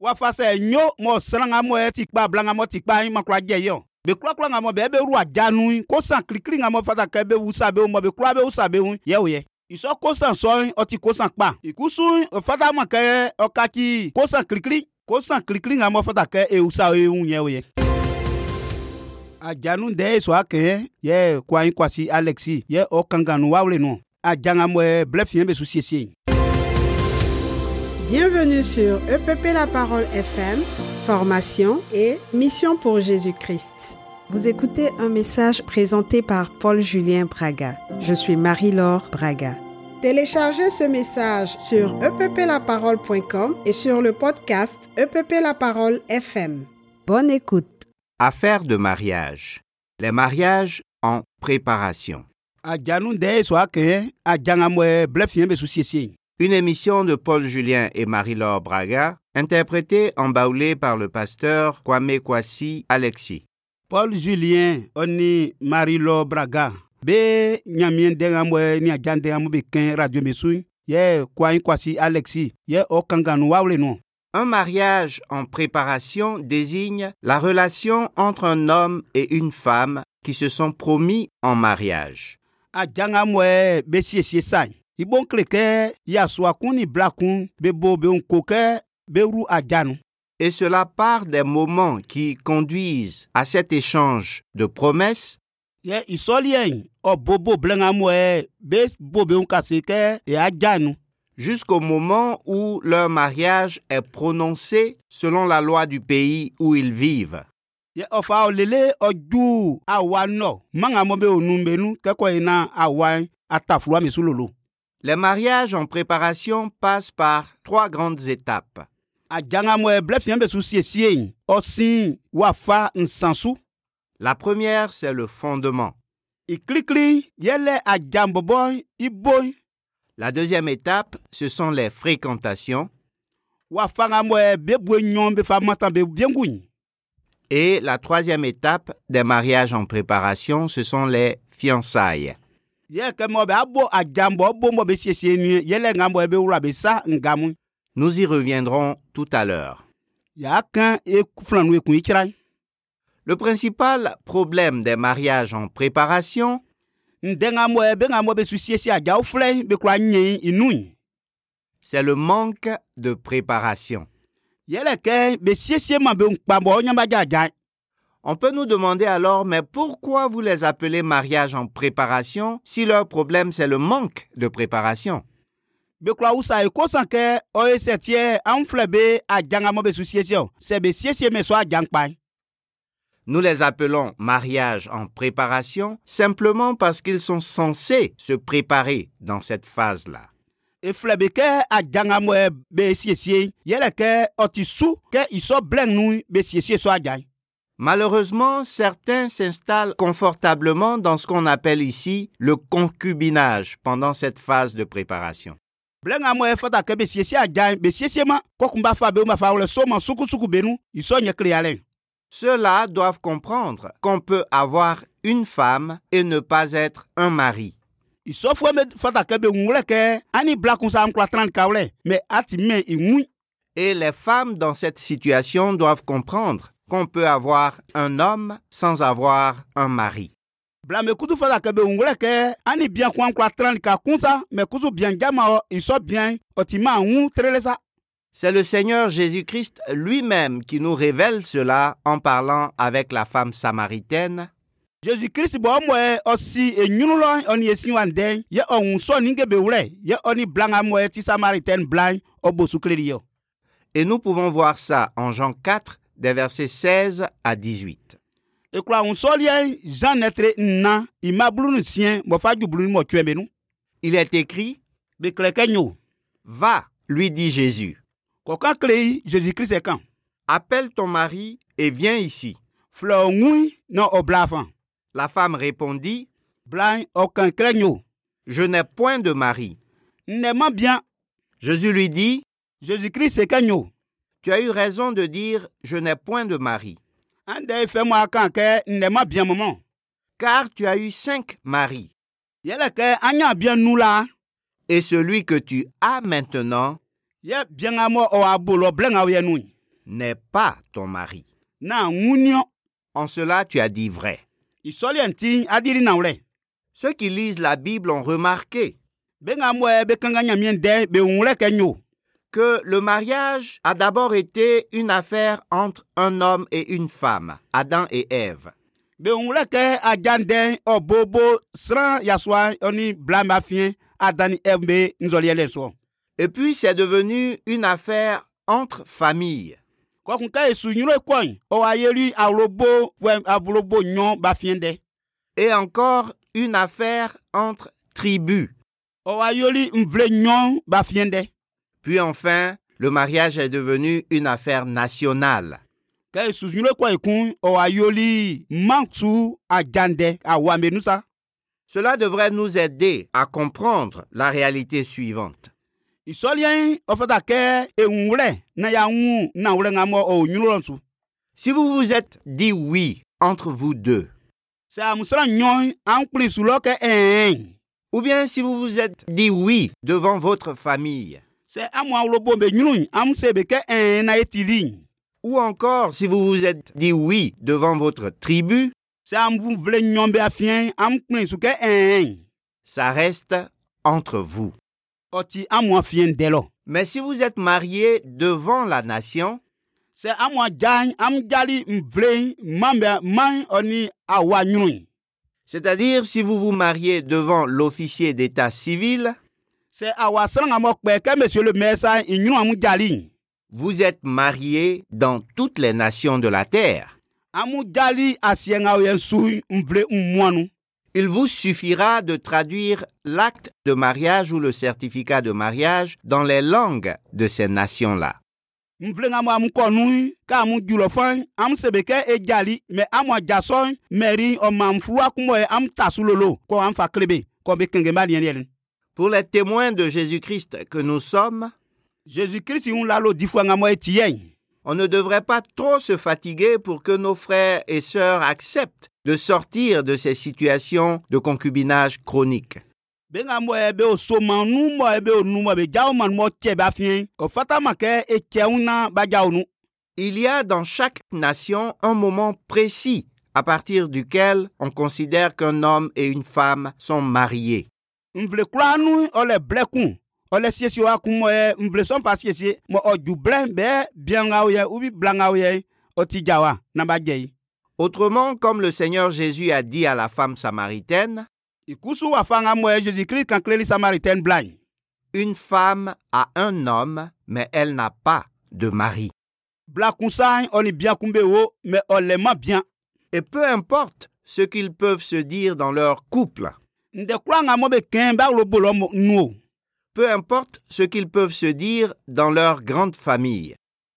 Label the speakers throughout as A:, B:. A: wafa sɛ nyo mɔ sraŋamɔ ti kpa blaŋamɔ ti kpa anyi makura jɛ yɔ bekulakula ŋamɔ bɛ ebe ru adzanu kosan kirikiri ŋamɔ fata ka ebe wusa be mɔ bekula be wusa be ŋu yɛ o yɛ ìsɔ kosan sɔɔ ɔti kosan kpa ìkúsù fata ma kɛ ɔkatsi kosan kirikiri kosan kirikiri ŋamɔ fata kɛ ewusa ye ŋu yɛ o yɛ. adzanu dɛ esɔ akɛ yɛ kuanyi kwasi alexi yɛ ɔkanganu wawle nɔ adzaŋamɔ blɛ fiɲɛ bɛ su siesie.
B: Bienvenue sur EPP La Parole FM, formation et mission pour Jésus-Christ. Vous écoutez un message présenté par Paul-Julien Braga. Je suis Marie-Laure Braga. Téléchargez ce message sur E epplaparole.com et sur le podcast EPP La Parole FM. Bonne écoute.
C: Affaires de mariage. Les mariages en préparation.
A: adzanu dɛ esɔ akɛ adzaŋamɔ blɛ fiɲɛ bɛ su siesie.
C: Une émission de Paul Julien et Marie-Laure Braga, interprétée en baoulé par le pasteur Kwame Kwasi Alexis.
A: paul julien ɔni marie-laure braga bɛ ɲamiɛ dɛŋamɔ ni adzan dɛŋamɔ bɛ kɛn radio bɛ su yɛ kuanyi kwasi alexi yɛ ɔkanganu wawle nɔ.
C: Un mariage en préparation désigne la relation entre un homme et une femme qui se sont promis en mariage.
A: adzaŋamɔ bɛ siesie sa ibon kile kɛ yasuakun ni bilakun bɛ bo bɛ nko kɛ bɛ ru adzanu.
C: Et cela part des moments qui conduisent à cet échange de promesses
A: yɛ ìsɔlíɛ ɔbobo blɛŋamɔ bɛ bo bɛ nkase kɛ ɛ adzanu.
C: jusqu'au moment où leur mariage est prononcé selon la loi du pays où ils vivent.
A: yɛ ɔfa ɔlele ɔdu awa nɔ maŋamɔ bɛ onu benu kɛkɔ yina awa atafura mi su lolo.
C: Les mariages en préparation passent par trois grandes étapes.
A: adzaŋamɔ blɛ fiɲɛ bɛ su siesie ɔsin wafa nsansu.
C: La première, c'est le fondement.
A: ìkilikili yɛlɛ adzanbɔbɔ ibo
C: La deuxième étape, ce sont les fréquentations.
A: wafa ŋamɔ bɛ bue nyɔn bɛ fa mɔtan bɛ biengun.
C: Et la troisième étape des mariages en préparation, ce sont les fiançailles.
A: yɛ kɛmɛ bɛ abo adzanbɔ bomɔ bɛ siesie ni yɛlɛ ŋamɔ bɛ wura bɛ sa ngamu.
C: Nous y reviendrons tout à l'heure.
A: y'a kan filannu ye kun i kira ye.
C: Le principal problème des mariages en préparation,
A: nden ka mɔ ye be ka mɔ be susiesie ajaw filɛ ye, be kura ɲɛ i nu ye
C: c'est le manque de préparation.
A: yɛlɛ kɛ be siesie ma be nkpabɔ ɲɛmaja ja ye.
C: On peut nous demander alors, mais pourquoi vous les appelez mariages en préparation si leur problème c'est le manque de préparation
A: be kura wusa ye kosan kɛ ɔ ye sɛtiɛ an filɛ be ajan ka mɔ be susiesie o sɛ be siesie mɛ sɔ ajan kpa ye.
C: Nous les appelons mariages en préparation simplement parce qu'ils sont censés se préparer dans cette phase-là.
A: e filɛ be kɛ ajan ka mɔ ye be siesie yɛlɛ kɛ ɔ ti su kɛ isɔ blɛn nu be siesie sɔ ajan ye.
C: Malheureusement, certains s'installent confortablement dans ce qu'on appelle ici le concubinage pendant cette phase de préparation.
A: blɛn ka mɔ ye fata kɛ be siesie ajan ye be siesie ma kɔkun b'a fa be o ma fa wɛlɛ so ma sukusuku benu isɔ ɲɛ kile yalɛ.
C: Ceux-là doivent comprendre qu'on peut avoir une femme et ne pas être un mari.
A: ìsọfúnwé mi fata kẹ bẹ ń wúlẹ kẹ ani bilakunsa nkura tán ka wúlẹ mẹ a ti mẹ ìwú
C: Et les femmes dans cette situation doivent comprendre qu'on peut avoir un homme sans avoir un mari.
A: bilamekutu fata kẹ bẹ ń wúlẹ kẹ ani biankun nkura tán ka kunsa mẹ kutu bianjama ọ ìsọ bian ọtí máa ń tẹrẹlẹsà.
C: C'est le Seigneur Jésus-Christ lui-même qui nous révèle cela en parlant avec la femme samaritaine.
A: jesu kirisi bɔ ɔmɔ yɛ ɔsi enyunulɔ ɔni esi wa ndɛ yɛ ɔhun sɔni gɛbɛ wúlɛ yɛ ɔni blanga mɔ yɛ ti samaritɛn blan ɔbɔsu kireli yɛ.
C: Et nous pouvons voir ça en Jean 4, des versets 16 à 18.
A: ekura ohun sɔli yɛ jean nɛtre nna imabulu ni siɛn mɔfaju bulu ni mɔtɔɛ bɛ nu
C: Il est écrit
A: bɛ kɛlɛ kɛ nyo
C: Va, lui dit Jésus,
A: kɔkan kile yi jesu kirisi kan.
C: appelle ton mari et viens ici.
A: filɛ o ŋui nɔ o bila fan
C: La femme répondit
A: bila o kan kɛrɛ nyo
C: Je n'ai point de mari.
A: nɛ ma bian
C: Jésus lui dit
A: jésus christ se kɛ nyo
C: Tu as eu raison de dire Je n'ai point de mari,
A: an de ye fɛn mu a kan kɛ nɛ ma bian mɔmɔ
C: car tu as eu cinq maris,
A: yɛlɛ kɛ an y'a bian nu la
C: et celui que tu as maintenant,
A: yɛ bian ka mɔ o a bolo bilen ka o yɛ nu
C: n'est pas ton mari.
A: na ŋuniɔ
C: En cela, tu as dit vrai.
A: isɔliɛ nti adiri na wlɛ
C: Ceux qui lisent la Bible ont remarqué
A: be ŋa mɔɛ be kanga nyamiɛ dɛ be ŋlɛ kɛ nyo
C: que le mariage a d'abord été une affaire entre un homme et une femme, Adam et Ève.
A: be ŋlɛ kɛ ajan dɛ ɔbobo sran yasua ɔni blama fiɛ adani ɛv be nzɔliɛ lɛ sɔ
C: Et puis c'est devenu une affaire entre familles.
A: kɔkun ka esu nyuro kɔn ɔ ayeli awolobo wɛ awolobo nyɔ ba fiɛ dɛ
C: Et encore une affaire entre tribus.
A: ɔ ayeli nvle nyɔ ba fiɛ dɛ
C: Puis enfin, le mariage est devenu une affaire nationale.
A: ka esu nyuro kɔn kun ɔ ayeli mantu ajan dɛ awamenusa
C: Cela devrait nous aider à comprendre la réalité suivante.
A: ìsọlẹ̀ ọ̀fẹ́ta kẹ́ ehun rẹ̀ náà yà ń hùn náà wúlẹ̀ ńà mọ́ ọ̀hún nyúlò lọ́sùn.
C: Si vous vous êtes dit oui entre vous deux,
A: sẹ́ àmúsọ̀rọ̀ yan à ń pin ìsúlọ́ kẹ́ ẹ̀ẹ́n.
C: ou bien si vous vous êtes dit oui devant votre famille,
A: sẹ́ àmú awolobo bẹ̀ nyúlò yìí àmú sẹ́ bẹ̀ kẹ́ ẹ̀ẹ́n náà yẹ ti rí.
C: ou encore si vous vous êtes dit oui devant votre tribu,
A: sẹ́ àmú vlẹ̀ yan bẹ̀ àfihàn àmú pin ìsú kẹ́ ẹ̀ẹ́n.
C: ça reste entre vous.
A: ọtí àmú àfihàn dẹ lọ.
C: Mais si vous êtes marié devant la nation,
A: sẹ́ àmú ajá àmú jáde nvlẹ̀ mambẹ̀ man ọ̀ni àwa nyúlò yìí.
C: c'est-à-dire si vous vous mariez devant l'officier d'état civil,
A: sẹ́ àwa sẹ́ràn àmọ́ pẹ̀ kẹ́ mẹ̀sẹ̀ lè mẹ́sà ìnyúlò àmú jáde yìí.
C: vous êtes marié dans toutes les nations de la terre.
A: àmú jáde àṣìyẹ̀ ńà yẹn sùn nvlẹ̀ ńmọ́nu.
C: Il vous suffira de traduire l'acte de mariage ou le certificat de mariage dans les langues de ces nations-là.
A: nvlenga mo amu kɔnu ka amu julɔ fɔn amu sebe kɛ edzali mɛ amu adzasɔn mɛri ɔmanfua kumɔ ye amu tasulolo kɔ amu fa kilebe kɔ bi kenge ba liɛn liɛn.
C: Pour les témoins de Jésus-Christ que nous sommes,
A: jésus kirisi ŋun lalo di fɔ ŋa mɔ eti yɛ.
C: on ne devrait pas trop se fatiguer pour que nos frères et sœurs acceptent de sortir de ces situations de concubinage chronique.
A: bɛ ŋa mɔ yɛ bɛ o soma nu mɔ yɛ bɛ o nu mɔ bɛ ja o ma mɔ cɛ ba fiɛ o fata ma kɛ etsɛ ŋu na ba ja o nu.
C: Il y a dans chaque nation un moment précis à partir duquel on considère qu'un homme et une femme sont mariés.
A: nvle kura nu ɔlɛ blɛ kun ɔlɛ siesie wa kun mɔ yɛ nvle sɔn fa siesie mɔ ɔju blɛ bɛ biɛŋawo yɛ ubi blaŋawo yɛ ɔti ja wa na ba jɛ yi.
C: Autrement, comme le Seigneur Jésus a dit à la femme samaritaine,
A: ikusu wa fanga mo ye jésus christ kan kleli samaritain blind
C: une femme a un homme, mais elle n'a pas de mari.
A: bla kunsa oni bien kunbe wo mais olema bien
C: Et peu importe ce qu'ils peuvent se dire dans leur couple,
A: nde kura nga mo be ken ba lo bolo mo nu o
C: peu importe ce qu'ils peuvent se dire dans leur grande famille,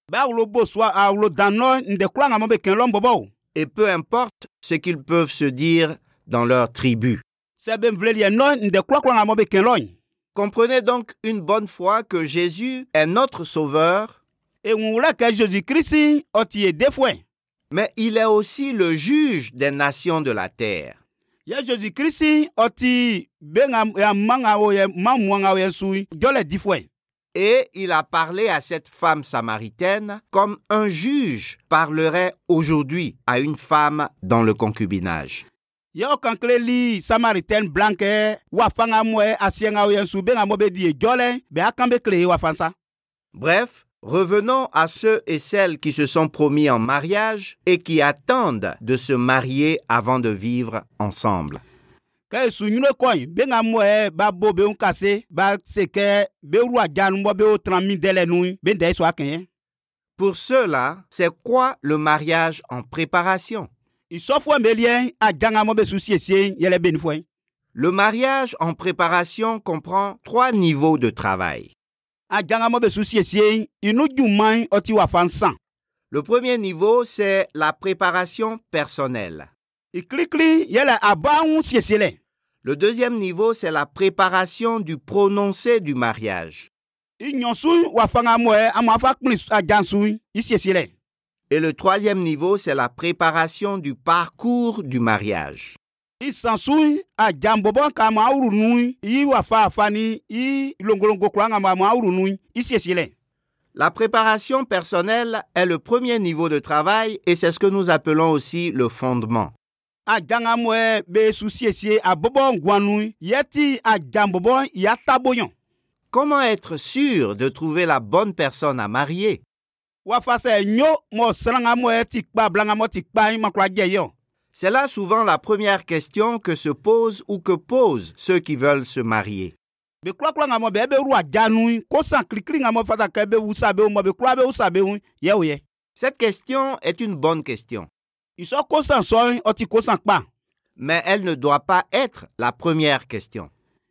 A: ba lo bo so a lo dano nde kura nga mo be ken lo mbobo o
C: et peu importe ce qu'ils peuvent se dire dans leur tribu.
A: se be mvle li no nde kura kura nga mo be ken lo yin.
C: Comprenez donc une bonne fois que Jésus est notre Sauveur,
A: e nwura ke jésus christ oti e defwe
C: mais il est aussi le juge des nations de la terre.
A: ye jésus christ oti be nga ya manga wo ye mamu nga wo ye su jole difwe
C: Et il a parlé à cette femme samaritaine comme un juge parlerait aujourd'hui à une femme dans le concubinage.
A: ye o kan kleli samaritain blanc ke wa fanga mo ye asie nga wo ye su be nga mo be di e jole be a kan be kle ye wa fansa
C: Bref, revenons à ceux et celles qui se sont promis en mariage et qui attendent de se marier avant de vivre ensemble.
A: kɛ sunyuro kɔn be ŋa mɔ yɛ ba bo be ŋu kase ba se kɛ be ru ajanu mɔ be wo tran mi dɛlɛ nu be dɛ sɔ akɛɲɛ.
C: Pour ceux-là, c'est quoi le mariage en préparation
A: ìsɔfo meliɛ ajanga mɔ be su siesie yɛlɛ be nifɔ.
C: Le mariage en préparation comprend trois niveaux de travail.
A: ajanga mɔ be su siesie inu juman ɔti wa fan san.
C: Le premier niveau, c'est la préparation personnelle.
A: ìkilikili yɛlɛ aba ŋu siesie lɛ.
C: Le deuxième niveau, c'est la préparation du prononcé du mariage.
A: ìyɔnsu wa fanga mɔ yɛ amɔ afa kpli ajansu i siesie lɛ.
C: Et le troisième niveau, c'est la préparation du parcours du mariage.
A: ìsansu ajanbɔbɔ ka mɔ awuru nu i wa fa afa ni i longolongo kura ŋa mɔ awuru nu i siesie lɛ.
C: La préparation personnelle est le premier niveau de travail et c'est ce que nous appelons aussi le fondement.
A: ajangamɔɛ bɛ susiesie abɔbɔ ŋguanu yɛti ajambɔbɔ yataboyan
C: Comment être sûr de trouver la bonne personne à marier
A: wafasɛ nyo mɔ srangamɔɛ ti kpa blangamɔ ti kpa imakurajɛ yɔ
C: C'est là souvent la première question que se posent ou que posent ceux qui veulent se marier.
A: bekurakuran ŋamɔ bɛ ebe ru ajanu kosan kirikiri ŋamɔ fata kɛ ebe wusa be mɔ bekura be wusa be hun yɛ o yɛ
C: Cette question est une bonne question,
A: isɔ kosan sɔɔn ɔti kosan kpa
C: mais elle ne doit pas être la première question.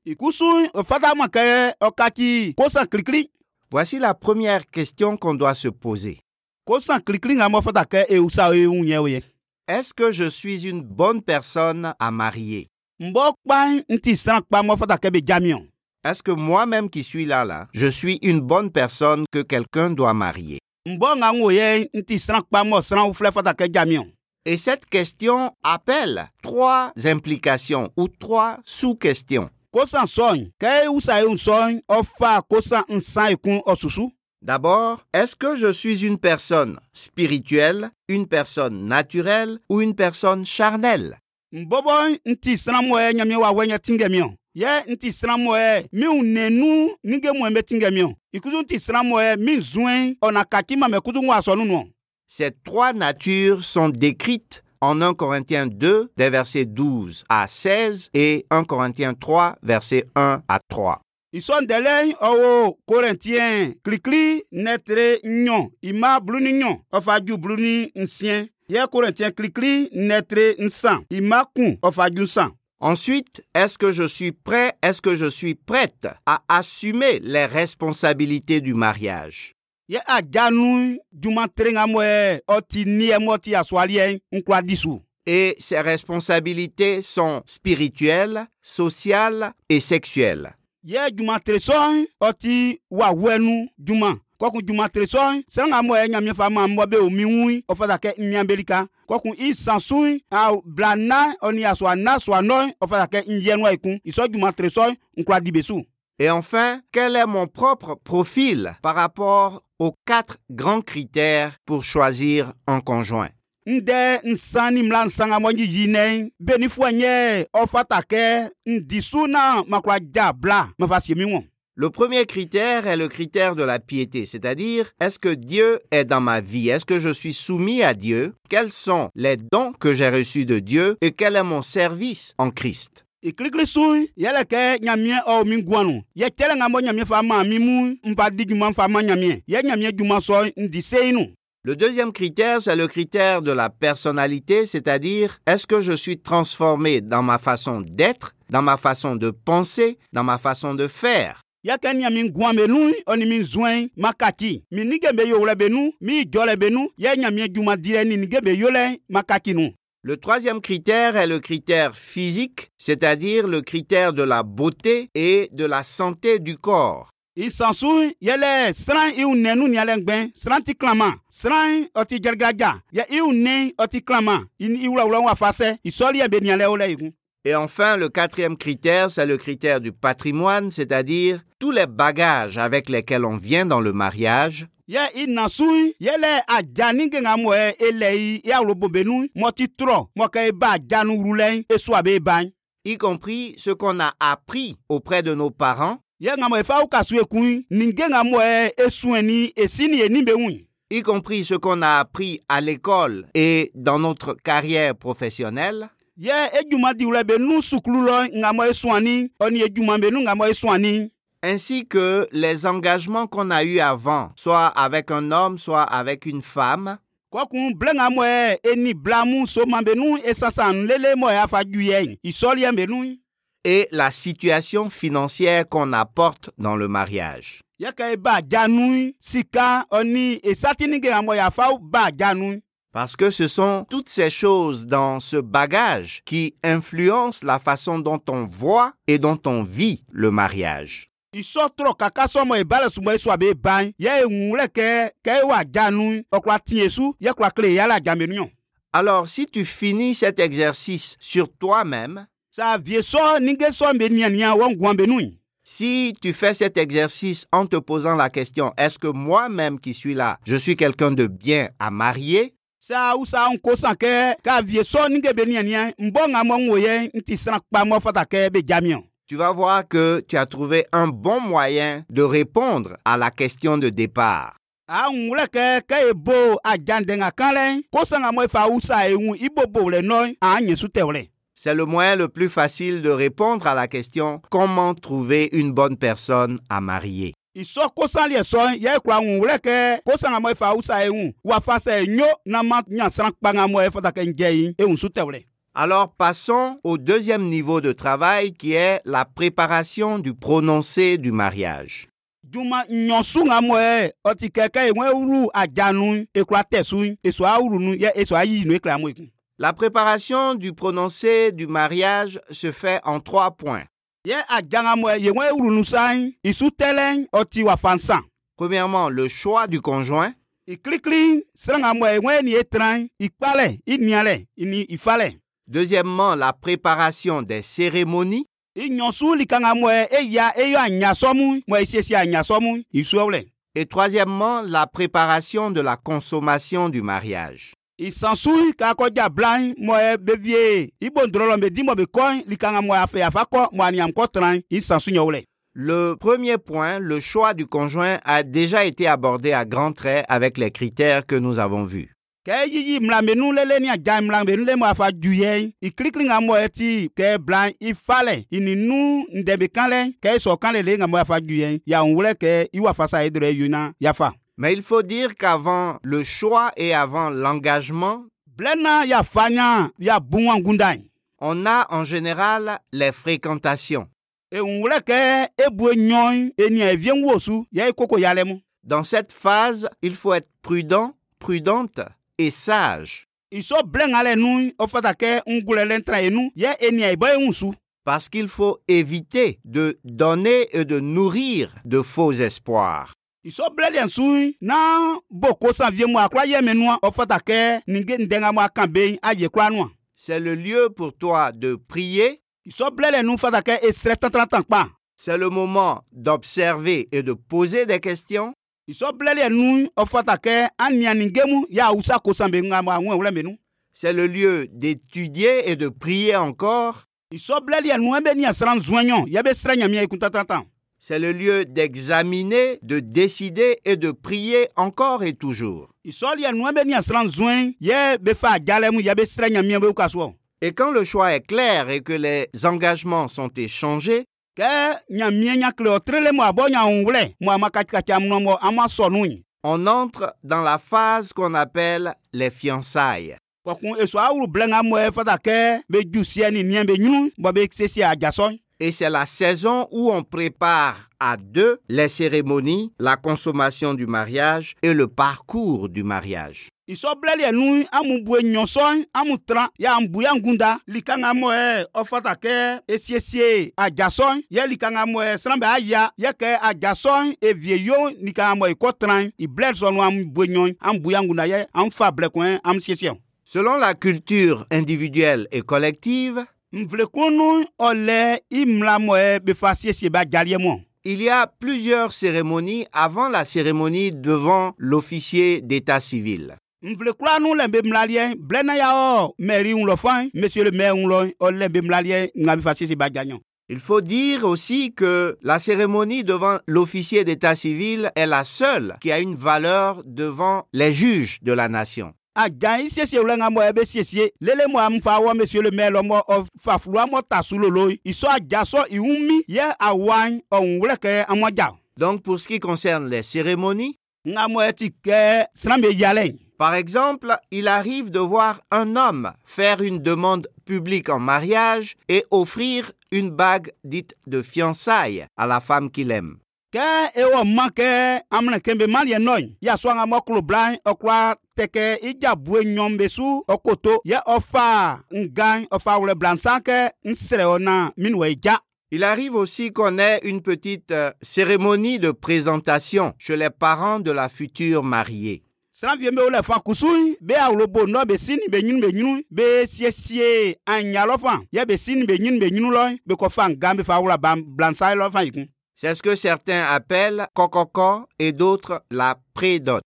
A: ikusu fata ma kɛ ɔkati kosan kirikiri
C: Voici la première question qu'on doit se poser.
A: kosan kirikiri ŋamɔ fata kɛ ewusa e ye hun yɛ o yɛ
C: Est-ce que je suis une bonne personne à marier
A: nbɔ kpa nti sran kpa mɔ fata kɛ be jamiɔ
C: Est-ce que moi-même qui suis là, là, je suis une bonne personne que quelqu'un doit marier
A: nbɔ ŋa ŋo yɛ nti sran kpa mɔ sran wuflɛ fata kɛ jamiɔ.
C: Et cette question appelle trois implications ou trois sous-questions.
A: kosan sɔɔn kɛ wusa ye sɔɔn ɔfa kosan nsan ikun ɔsusu
C: D'abord, est-ce que je suis une personne spirituelle, une personne naturelle ou une personne charnelle
A: nbɔbɔ nti sinamu yɛ nyami wa wɛnyɛ tingɛ miɔ yɛ nti sinamu yɛ miu nenu e nige mu bɛ tingɛ miɔ ikutu nti sinamu yɛ mi zuɛ ɔna kaki ma mɛ kutu ŋu asɔnu nɔ
C: Ces trois natures sont décrites en 1 Corinthiens 2, des versets 12 à 16 et 1 Corinthiens 3, versets 1 à 3.
A: isɔndɛlɛ ɔwɔ korintiyɛn kirikiri nɛtere nyɔ ima buluni nyɔ ɔfaju buluni nsiɛ yɛ korintiyɛn kirikiri nɛtere nsan ima kun ɔfaju nsan.
C: Ensuite, est-ce que je suis prêt, est-ce que je suis prête à assumer les responsabilités du mariage
A: ye ajanu juma terengamɔɛ ɔti niɛmɔ ti asualiɛ nkura disu
C: Et ces responsabilités sont spirituelles, sociales et sexuelles.
A: ye juma teresɔn ɔti wawɛnu juma kɔkun juma teresɔn sɛngamɔɛ nyamiɛfa ma mɔ be omi ŋui ɔfɔdakɛ miambelika kɔkun isansui ablana ɔni asuana suanɔ ɔfɔdakɛ nyɛnua ikun isɔ juma teresɔn nkura dibesu
C: Et enfin, quel est mon propre profil par rapport aux quatre grands critères pour choisir un conjoint
A: ndɛ nsani mla nsangamɔ yiyi nɛ benifɔ nyɛ ɔfɔdakɛ ndisu na makura dza bla mafasiemi wɔn.
C: Le premier critère est le critère de la piété, c'est-à-dire est-ce que Dieu est dans ma vie Est-ce que je suis soumis à Dieu Quels sont les dons que j'ai reçus de Dieu et quel est mon service en Christ
A: ìkirikiri sun yẹlẹ kẹ ɲamiɛ ɔ mi guanu yẹ cɛlɛ ŋa bɔ ɲamiɛ fa ma mi mu nfa di juma fa ma ɲamiɛ yẹ ɲamiɛ juma sɔ ndi seyinu
C: Le deuxième critère, c'est le critère de la personnalité, c'est-à-dire est-ce que je suis transformé dans ma façon d'être, dans ma façon de penser, dans ma façon de faire
A: yẹ kẹ ɲami guan bɛ nu ɔni mi zɔn ma kaki mi nige bɛ yowolɛ bɛ nu mi jɔlɛ bɛ nu yẹ ɲamiɛ juma dirɛ ni nige bɛ yolɛ ma kaki nu.
C: Le troisième critère est le critère physique, c'est-à-dire le critère de la beauté et de la santé du corps.
A: ìsànsun yẹlẹ siran iw nẹnu ni alẹ gbẹn siran ti kilama siran ɔti jɛrɛgɛdja yẹ iw nẹ ɔti kilama iwulawulaw wa fasɛ ìsɔliyɛ bɛ ni alɛ wọlɛ yìí kun.
C: Et enfin, le quatrième critère, c'est le critère du patrimoine, c'est-à-dire tous les bagages avec lesquels on vient dans le mariage.
A: yẹ ìnàsún yẹlẹ àjánigbẹ̀ngàmọ ẹ ilẹ̀ yìí yàrá bòbẹ̀nu mọtí trọ mọkẹ́ ibà àjánu rúlẹ̀ èso àbẹ̀ ibà yín.
C: Y compris ce qu'on a appris auprès de nos parents,
A: yẹ ngàmọ ẹ̀fà ó kàṣu ekun nìgbẹ̀ngàmọ ẹ esun ẹni èsì e ni ẹni bẹ̀ wùn.
C: y compris ce qu'on a appris à l'école et dans notre carrière professionnelle.
A: yẹ ejumadiwulẹ bẹ nu sukulu lọ ngàmọ esun ani ọni ejuma bẹ e nu ngàmọ esun ani.
C: ainsi que les engagements qu'on a eus avant, soit avec un homme, soit avec une femme,
A: kọkun blẹ̀ngàmọ ẹ ẹni blamu soma bẹ nu e esansan lélẹ́mọ ẹ afaju yẹ ìsọlíyẹ bẹ nu.
C: et la situation financière qu'on apporte dans le mariage.
A: yẹ kẹ́ ẹ bá àjánu sika e ọni èsàtínigẹ̀ngàmọ ẹ àfa ó bá àjánu.
C: Parce que ce sont toutes ces choses dans ce bagage qui influencent la façon dont on voit et dont on vit le mariage.
A: ìsọtọrọ kàkà sọmọ ìbálẹsùmọ èso àbẹ ìbáyìn yẹ ehun lẹkẹ kẹwà jánu ọkùnrin àtìyẹsù yẹkùnrin àkìlẹ yàrá àjàmẹnuyàn.
C: Alors si tu finis cet exercice sur toi-même,
A: sàviẹsọ nígẹsọ mbẹniyanìyàn wọn gùn abẹnú yìí.
C: Si tu fais cet exercice en te posant la question, est-ce que moi-même qui suis là, je suis quelqu'un de bien à marier
A: saa usa n ko san kɛ k'a vie sɔɔni ke be niɛniɛ n bɔ ŋa mɔ n wo ye n ti siran kpamɔ fata kɛ be jamiɔ
C: Tu vas voir que tu as trouvé un bon moyen de répondre à la question de départ.
A: a n wulɛ kɛ kɛ ye bo a jandɛŋa kan lɛ ko san ŋa mɔ fa usa ye ŋu i bo bo wulɛ nɔ a n ɲɛsu tɛ wulɛ
C: C'est le moyen le plus facile de répondre à la question comment trouver une bonne personne à marier.
A: ìsɔ ko san liɛ sɔ yɛ kura ŋu wulɛ kɛ ko san ŋa mɔ fa usa ye ŋu wa fa sɛ nyo na ma nya siran kpa ŋa mɔ ye fata kɛ n jɛ ye e ŋu su tɛ wulɛ
C: Alors passons au deuxième niveau de travail qui est la préparation du prononcé du mariage.
A: juma ɲɔsu ŋa mɔ ye ɔti kɛ kɛ ye ŋu ewuru a janu e kura tɛ su esu a wuru nu yɛ esu a yi nu e kura mɔ ye kun.
C: La préparation du prononcé du mariage se fait en trois points.
A: ye ajangamɔ ye ŋo ewurunu san isu tɛlɛ ɔti wa fansan
C: Premièrement, le choix du conjoint.
A: ikilikili sirangamɔ ye ŋo eni etran ikpalɛ inialɛ ini ifalɛ
C: Deuxièmement, la préparation des cérémonies.
A: inyɔsu likangamɔ ye eya eyɔ anyasɔmu mɔ esiesie anyasɔmu isuɔwlɛ
C: Et troisièmement, la préparation de la consommation du mariage.
A: isansu kakɔdza blan mɔ ye bevie ibondrɔlɔ be dimɔ be kɔn likangamɔ afɛ afa kɔ mɔ aniamkɔ tran isansu nyɔwlɛ
C: Le premier point, le choix du conjoint, a déjà été abordé à grands traits avec les critères que nous avons vus.
A: kɛ yiyi mlamenu lele ni adza mlamenu le mɔ afa dzu yɛ ikilikili ŋa mɔ eti kɛ e blan ifalɛ ininu ndɛbi kan lɛ kɛ sɔ kan lele ŋa mɔ afa dzu yɛ yan wulɛ kɛ iwa fasa edrɛ yuna yafa.
C: Mais il faut dire qu'avant le choix et avant l'engagement,
A: blɛna ya fanya ya bunwa gunda yi
C: on a en général les fréquentations.
A: ehun wulɛ kɛ ebue nyɔn eniyan evie ŋuwosu yɛ ekoko ya lɛ mu.
C: Dans cette phase, il faut être prudent, prudente et sage,
A: isɔ blɛ ŋa lɛ nu ɔfata kɛ ŋgulɛ lɛ ntran enu yɛ eniyan ibɔ ehun su.
C: parce qu'il faut éviter de donner et de nourrir de faux espoirs.
A: ìsọ bílẹ̀lì ẹ̀sùn náà bò kó san vie mu àkúrà yẹ mi nua ọ̀fọ̀tà kẹ́ nìgé ǹdẹ́ngà mu àkàn bẹ́ẹ̀ ayé kúrà nua.
C: C'est le lieu pour toi de prier,
A: ìsọ bílẹ̀lì nu e fọ̀tà kẹ́ esrẹ̀ tán-tán-tán pa.
C: c'est le moment d'observer et de poser des questions,
A: ìsọ bílẹ̀lì nu ọ̀fọ̀tà kẹ́ ànìyànnígé mu yà awusa kó san bẹ́ẹ̀ ŋà mu àwọn ìwúlẹ̀ mi nu.
C: c'est le lieu d'étudier et de prier encore,
A: ìsọ bílẹ̀lì nu e ẹ̀ bẹ́ẹ̀ ni ẹ̀sán zuwẹ́nyọ̀ yẹ bẹ́ẹ̀ srẹ̀ nyàmíyà ikú tán-tán-tán.
C: c'est le lieu d'examiner, de décider et de prier encore et toujours.
A: ìsọ̀lì nu e ẹ̀ bẹ́ẹ̀ ni ẹ̀sán zuwẹ́n yẹ bẹ́ẹ̀ fa àjálẹ̀ mu yẹ bẹ́ẹ̀ srẹ̀ nyàmíyà bẹ́ẹ̀ kà sọ̀.
C: Et quand le choix est clair et que les engagements sont échangés,
A: kẹ́ nyàmíyà nyakilẹ̀ ọ̀tẹ̀rẹ̀lẹ̀ mu àbọ̀ nyà òun wúlẹ̀ mu àmà kàtìkàtì àmúnà mọ̀ àmà sọ̀nù yìí.
C: on entre dans la phase qu'on appelle les fiançailles.
A: kɔkun esu awuru blɛŋa mɔɛ e fata kɛ be ju seɛ ni niɛ be nyunu bɔn be sesie ajasɔ
C: Et c'est la saison où on prépare à deux les cérémonies, la consommation du mariage et le parcours du mariage.
A: isɔblɛliɛ nu amu bue nyɔsɔ amu tran ya buya ngunda likaŋa mɔɛ ɔfata kɛ esiesie ajasɔ yɛ likaŋa mɔɛ sran bɛ aya yɛ kɛ ajasɔ evie e yo likaŋa mɔ ikɔ tran iblɛ sɔnu amu bue nyɔ amu buya ngunda yɛ amu fa blɛkɔɛ amu siesie.
C: Selon la culture individuelle et collective,
A: nvlekunu ɔlɛ imlamɔɛ e befa siesie ba jaliɛ mɔ.
C: il y a plusieurs cérémonies avant la cérémonie devant l'officier d'état civil.
A: nvlekura nu le nbemlaliɛ blɛna ya ɔ mɛri ŋlɔ fain monsieur le maire ŋlɔ ɔ le nbemlaliɛ ŋabi fa sisi ba janyɔ.
C: Il faut dire aussi que la cérémonie devant l'officier d'état civil est la seule qui a une valeur devant les juges de la nation.
A: ajan yi siesie wulɛ ŋa mɔ ɛbɛ siesie e lele mɔ amufa wɔ monsieur le maire lɔmɔ ɔfafura mɔ tasu lolo isɔ ajasɔ iwu mi yɛ awan ɔhun wulɛ kɛ amɔdza.
C: Donc pour ce qui concerne les cérémonies,
A: ŋa mɔ ɛti kɛ siran bɛ yalɛ.
C: par exemple, il arrive de voir un homme faire une demande publique en mariage et offrir une bague dite de fiançailles à la femme qu'il aime.
A: kɛ ewɔ ma kɛ amina kɛmɛ maliɛ nɔyi yasɔ aŋa mɔkulu blan ɔkura tɛkɛ idzabue nyɔm bɛ su ɔkoto yɛ ɔfa ngan ɔfa wlɛ blansan kɛ nsrɛ ɔna minuwɛ idza
C: Il arrive aussi qu'on ait une petite euh, cérémonie de présentation chez les parents de la future mariée.
A: sranvie be wole fan kusu be awolobo nɔ be sini be nyinu be nyinu be siesie anyalɔ fan ye be sini be nyinu be nyinu lɔ be kɔ fan gan be fa wula ban blansa lɔ fan yi kun.
C: C'est ce que certains appellent cococo et d'autres la prédote.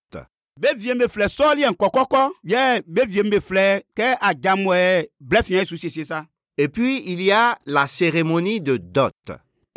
A: be vie be filɛ sɔɔli yɛ nkɔkɔkɔ ye be vie be filɛ kɛ ajamu yɛ blɛ fiɲɛ su siesie sa.
C: Et puis il y a la cérémonie de dot.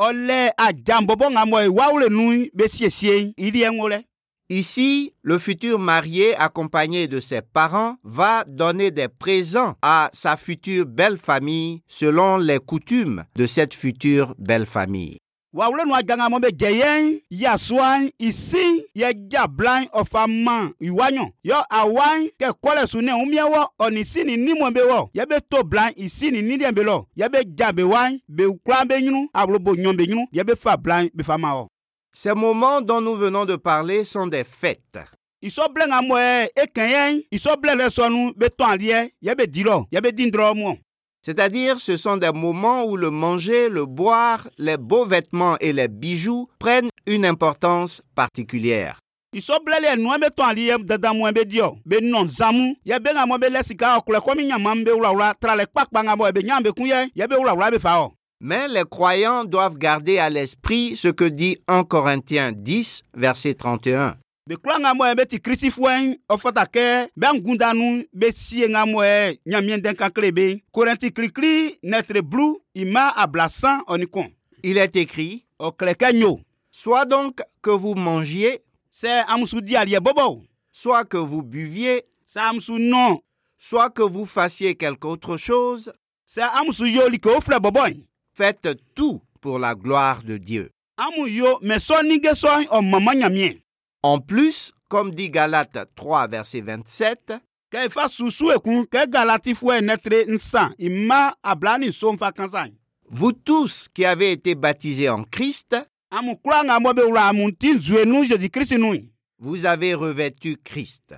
A: ɔlɛ ajambɔbɔ ŋamɔ ye wawule nu be siesie ili yɛ ŋo lɛ.
C: Ici, le futur marié accompagné de ses parents va donner des présents à sa future belle famille selon les coutumes de cette future belle famille.
A: wawule nu ajaŋamɔ be jɛyɛn yasuan isi yɛ jablan ɔfama iwanyɔ yɔ awan kɛ kɔlɛ sunɛ umiɛwɔ ɔnisi ni nimɔ be wɔ yɛ be to blan isi ni nidiɛ be lɔ yɛ be ja be wan be kuran be nyinu awolobo nyɔn be nyinu yɛ be fa blan be fa ma wɔ.
C: Ces moments dont nous venons de parler sont des fêtes.
A: ìsɔblɛ ŋamɔ yɛ ekɛyɛ ìsɔblɛ lɛ sɔnu be tɔn aliɛ yɛ be di lɔ yɛ be di ndrɔ mɔ.
C: C'est-à-dire ce sont des moments où le manger, le boire, les beaux vêtements et les bijoux prennent une importance particulière.
A: ìsɔblɛlɛ nua bɛ tɔn ali yɛ dadamu yɛ bɛ di yɔ bɛ nɔ nzamu yɛ bɛ ŋa mɔ bɛ lɛ sika ɔkulɛ kɔmi ɲama bɛ wulawula tralɛ kpakpa ŋa mɔ yɛ bɛ ɲa bɛ kun yɛ yɛ bɛ wulawula bɛ fa yɔ.
C: Mais les croyants doivent garder à l'esprit ce que dit 1 Corinthiens 10, verset 31.
A: bɛ kura ŋa mɔ yɛ bɛ ti kirisi fɔɛn ɔfɔta kɛ bɛ ŋgundanu bɛ sie e, ŋa mɔ yɛ ɲamiɛ dɛn kankile bɛ korinti kirikiri nɛtire blu ima ablasan ɔnikɔn
C: Il est écrit
A: ɔkilɛ kɛ nyo
C: Soit donc que vous mangiez,
A: sɛ amusu di ali yɛ bɔbɔ o
C: soit que vous buviez,
A: sɛ amusu nɔ
C: soit que vous fassiez quelque autre chose,
A: sɛ amusu yoli kɛ o filɛ bɔbɔ yi
C: faites tout pour la gloire de Dieu.
A: amu yo mɛ sɔnige sɔn ɔmɔmɔ ɲamiɛ.
C: En plus, comme dit Galates 3, verset 27,
A: kɛ ifa susu ekun kɛ galati fɔ ɛnɛtire nsan ima abilani so nfa kansan.
C: Vous tous qui avez été baptisés en Christ,
A: amu kura ŋa mɔ bɛ wula amu ti zue nu jesu kirisi nu.
C: vous avez revêtu Christ.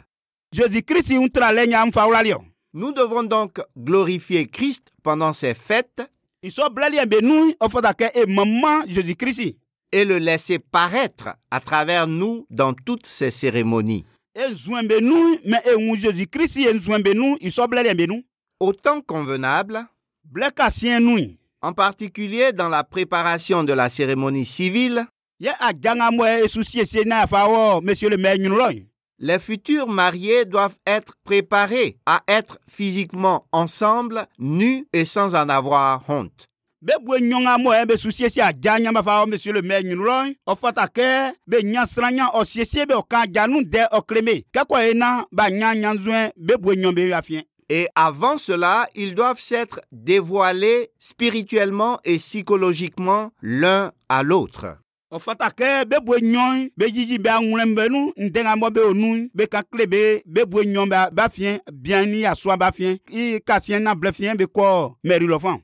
A: jesu kirisi ŋu tra lɛ nya nfa wula liɔ.
C: Nous devons donc glorifier Christ pendant ces fêtes
A: isɔ bilali bɛ nu ɔfɔta kɛ e mama jesu kirisi.
C: et le laisser paraître à travers nous dans toutes ces cérémonies.
A: e zuen bɛ nu mɛ e ŋu jesu kirisi e zuen bɛ nu isɔ bilali bɛ nu.
C: Au temps convenable,
A: bilɛ ka siɛ nu.
C: en particulier dans la préparation de la cérémonie civile,
A: yɛ aja ŋa mɔ esu siesie n'a fa wɔ monsieur le maire nyinulɔ yi.
C: les futurs mariés doivent être préparés à être physiquement ensemble, nus et sans en avoir honte.
A: bɛ bue eh, nyɔŋa mɔ yɛ bɛ su siesie aja ɲama fa wɔ monsieur le maire nyinulɔ yi ɔfɔta kɛ bɛ nya siranya ɔ siesie bɛ ɔkan janu dɛ ɔkileme kɛkɔ yi e na ba nya nya zɔn bɛ bue nyɔn bɛ yafiɛ.
C: Et avant cela, ils doivent s'être dévoilés spirituellement et psychologiquement l'un à l'autre.
A: ɔfɔta kɛ bɛ bue nyɔn bɛ jiji bɛ aŋlɛ bɛ nu ntɛŋa mɔ bɛ onu bɛ kakile bɛ bɛ bue nyɔn bɛ ba fiɛ biɛn ni yasua ba fiɛ i kasiɛ na blɛ fiɛ bɛ kɔ mɛri lɔ fɔn.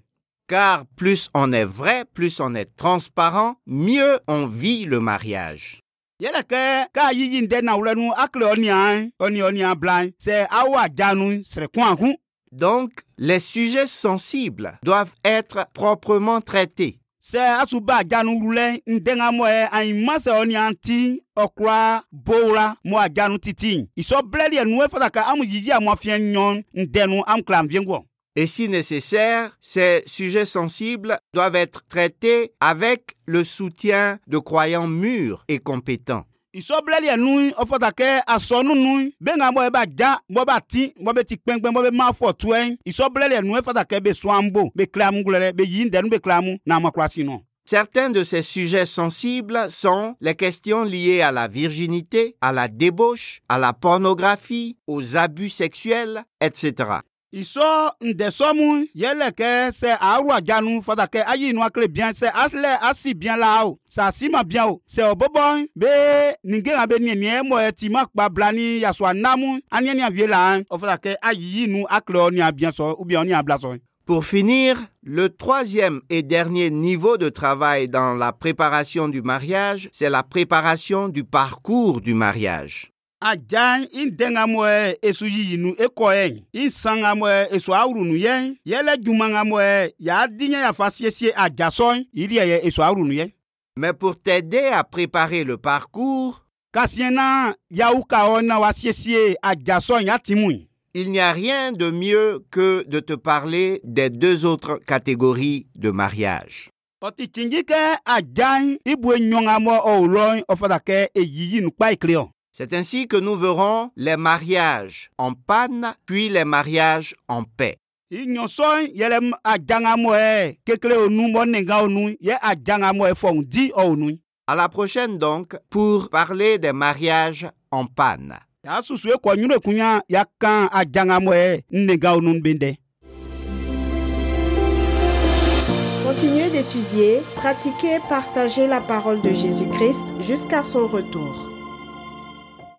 C: Car plus on est vrai, plus on est transparent, mieux on vit le mariage.
A: yẹlẹ kɛ k'a yiji ntɛ nawulɛ nu akilɛ ɔniyan ɔniyan bilan sɛ awo aja nu sɛrɛkun akun.
C: Donc, les sujets sensibles doivent être proprement traités.
A: sɛ asuba ajanu wulɛ ntɛŋamɔ yɛ anyimase ɔni anti ɔkura bowura mɔ ajanu titi isɔbilɛli ɛnuwɛ fataka amu yiyi amu afiɛ nyɔn ntɛnu amukila nfiɛnguɔ.
C: Et si nécessaire, ces sujets sensibles doivent être traités avec le soutien de croyants mûrs et compétents.
A: isɔbilɛli ɛnu ɔfɔtakɛ asɔnunu bɛngamɔ yɛ ba ja mɔ ba ti mɔ bɛ ti kpɛnkpɛn mɔ bɛ ma fɔ tuɛ isɔbilɛli ɛnu ɛfɔtakɛ bɛ sɔnbo bɛ kilamu gulɛ dɛ bɛ yi ntɛnu bɛ kilamu n'amakura sinu.
C: Certains de ces sujets sensibles sont les questions liées à la virginité, à la débauche, à la pornographie, aux abus sexuels, etc.
A: ìsọ ǹdẹ̀sọ́mú yẹlẹ̀ kẹ́ sẹ àárò àjánu fọdàkẹ́ ayé inú akéré bíẹ́ sẹ asílẹ̀ asì bíẹ́ la o sàsímà bíẹ́ o sẹ ọ̀bọ̀bọ̀ bẹ́ nìgéhàn bẹ́ ní ẹ̀nìyẹ́ mọ̀ ẹ́ tì má pa bla ní yasọ̀ ànámú aníyẹ́ni àbíyẹ́ la ẹ́ ọ̀fọdàkẹ́ ayé inú akéré ọ̀ ní àbíyẹ́ sọ ubiyẹ́ ọ̀ ní àbíyẹ́ sọ.
C: Pour finir, le troisième et dernier niveau de travail dans la préparation du mariage, c'est la préparation du parcours du mariage.
A: àjà ìdẹ́ngamọ́ ẹ̀ èso yìí nu ekọ́ ẹ̀ ìsangamọ́ ẹ̀ èso àwùrùnú yẹ́ yẹlẹ́ jùmọ̀ngamọ́ ẹ̀ yàá dínyẹ́ yàfa siesie àjà sọ́ ìlí ẹ̀ yẹ èso àwùrùnú yẹ́.
C: Mais pour t'aider à préparer le parcours,
A: kasien na yawu ka ɔ na wa siesie ajasɔ nya ti mu yi.
C: Il n'y a rien de mieux que de te parler des deux autres catégories de mariage.
A: ɔti tsinji kɛ ajan ibue nyɔngamɔ ɔwulɔ ɔfɔta kɛ eyiyi nukpa ikele ɔ.
C: C'est ainsi que nous verrons les mariages en panne, puis les mariages en paix.
A: ìyànsọ́ yẹlẹ ajangamɔ yɛ kekele e onu mɔnenga onu yɛ ajangamɔ yɛ fɔn di ɔnu.
C: À la prochaine donc pour parler des mariages en panne.
A: yà á susu ekɔ nyúlò kunya yà kan ajangamɔ yɛ nnenga e onu bɛ dɛ.
B: Continuez d'étudier, pratiquer, partager la parole de Jésus-Christ jusqu'à son retour.